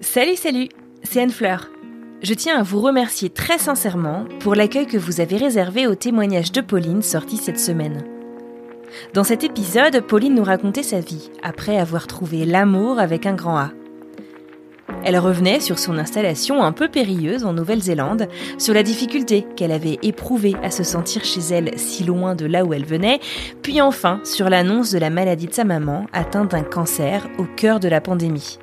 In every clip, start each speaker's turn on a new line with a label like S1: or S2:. S1: Salut, salut, c'est Anne Fleur. Je tiens à vous remercier très sincèrement pour l'accueil que vous avez réservé au témoignage de Pauline sorti cette semaine. Dans cet épisode, Pauline nous racontait sa vie après avoir trouvé l'amour avec un grand A. Elle revenait sur son installation un peu périlleuse en Nouvelle-Zélande, sur la difficulté qu'elle avait éprouvée à se sentir chez elle si loin de là où elle venait, puis enfin sur l'annonce de la maladie de sa maman atteinte d'un cancer au cœur de la pandémie.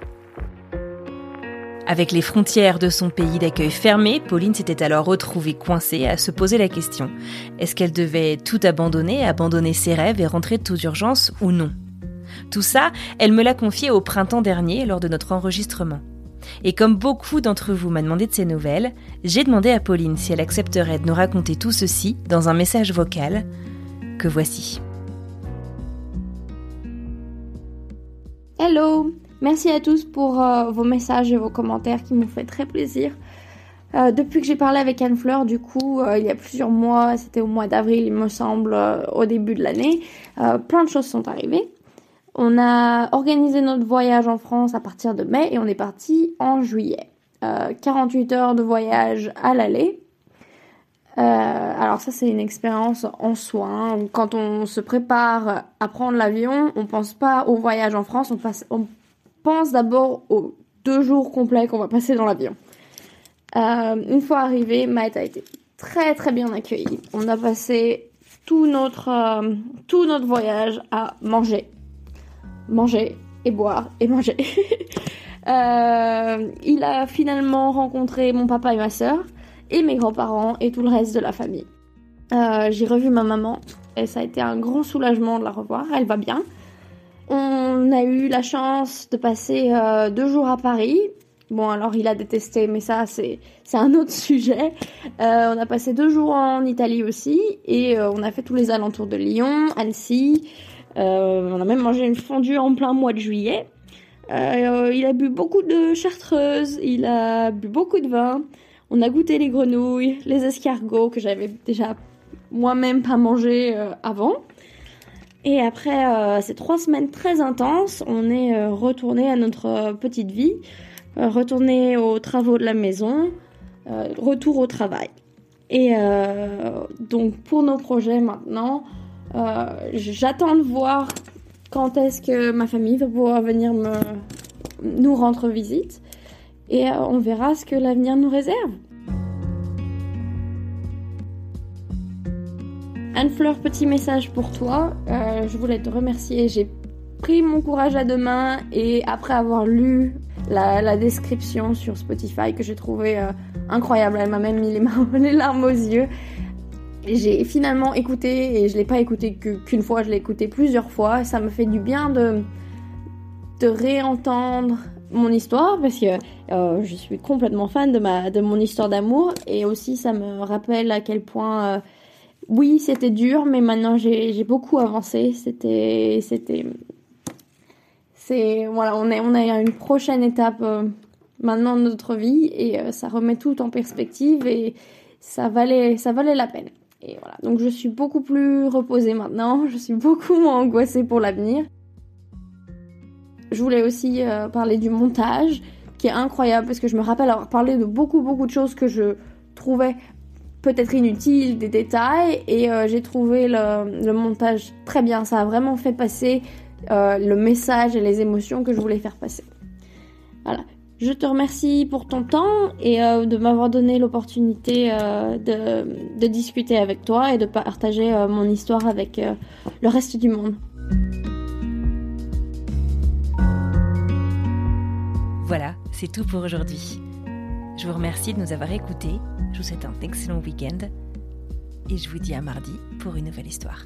S1: Avec les frontières de son pays d'accueil fermées, Pauline s'était alors retrouvée coincée à se poser la question. Est-ce qu'elle devait tout abandonner, abandonner ses rêves et rentrer de toute urgence ou non Tout ça, elle me l'a confié au printemps dernier lors de notre enregistrement. Et comme beaucoup d'entre vous m'a demandé de ses nouvelles, j'ai demandé à Pauline si elle accepterait de nous raconter tout ceci dans un message vocal que voici.
S2: Hello, merci à tous pour euh, vos messages et vos commentaires qui m'ont fait très plaisir. Euh, depuis que j'ai parlé avec Anne Fleur, du coup, euh, il y a plusieurs mois, c'était au mois d'avril, il me semble, euh, au début de l'année, euh, plein de choses sont arrivées. On a organisé notre voyage en France à partir de mai et on est parti en juillet. 48 heures de voyage à l'aller, euh, alors ça c'est une expérience en soi. Hein. Quand on se prépare à prendre l'avion, on pense pas au voyage en France, on, passe, on pense d'abord aux deux jours complets qu'on va passer dans l'avion. Euh, une fois arrivé, Matt a été très très bien accueilli. On a passé tout notre, euh, tout notre voyage à manger. Manger et boire et manger. Euh, il a finalement rencontré mon papa et ma sœur et mes grands-parents et tout le reste de la famille. Euh, j'ai revu ma maman et ça a été un grand soulagement de la revoir, elle va bien. On a eu la chance de passer euh, deux jours à Paris. Bon, alors il a détesté, mais ça, c'est, c'est un autre sujet. Euh, on a passé deux jours en Italie aussi et euh, on a fait tous les alentours de Lyon, Annecy. Euh, on a même mangé une fondue en plein mois de juillet. Euh, il a bu beaucoup de chartreuse, il a bu beaucoup de vin. On a goûté les grenouilles, les escargots que j'avais déjà moi-même pas mangé euh, avant. Et après euh, ces trois semaines très intenses, on est euh, retourné à notre euh, petite vie, euh, retourné aux travaux de la maison, euh, retour au travail. Et euh, donc pour nos projets maintenant, euh, j'attends de voir quand est-ce que ma famille va pouvoir venir me, nous rendre visite et euh, on verra ce que l'avenir nous réserve. Anne-Fleur, petit message pour toi. Euh, je voulais te remercier. J'ai pris mon courage à deux mains et après avoir lu la, la description sur Spotify que j'ai trouvée euh, incroyable, elle m'a même mis les, mar- les larmes aux yeux. J'ai finalement écouté et je l'ai pas écouté que, qu'une fois, je l'ai écouté plusieurs fois. Ça me fait du bien de, de réentendre mon histoire parce que euh, je suis complètement fan de, ma, de mon histoire d'amour et aussi ça me rappelle à quel point euh, oui c'était dur mais maintenant j'ai, j'ai beaucoup avancé c'était c'était c'est voilà on est on est à une prochaine étape euh, maintenant de notre vie et euh, ça remet tout en perspective et ça valait ça valait la peine et voilà donc je suis beaucoup plus reposée maintenant je suis beaucoup moins angoissée pour l'avenir je voulais aussi euh, parler du montage, qui est incroyable, parce que je me rappelle avoir parlé de beaucoup, beaucoup de choses que je trouvais peut-être inutiles, des détails, et euh, j'ai trouvé le, le, montage très bien. Ça a vraiment fait passer euh, le message et les émotions que je voulais faire passer. Voilà. Je te remercie pour ton temps et euh, de m'avoir donné l'opportunité euh, de, de, discuter avec toi et de partager euh, mon histoire avec le reste du monde.
S3: Voilà, c'est tout pour aujourd'hui. Je vous remercie de nous avoir écoutés, je vous souhaite un excellent week-end et je vous dis à mardi pour une nouvelle histoire.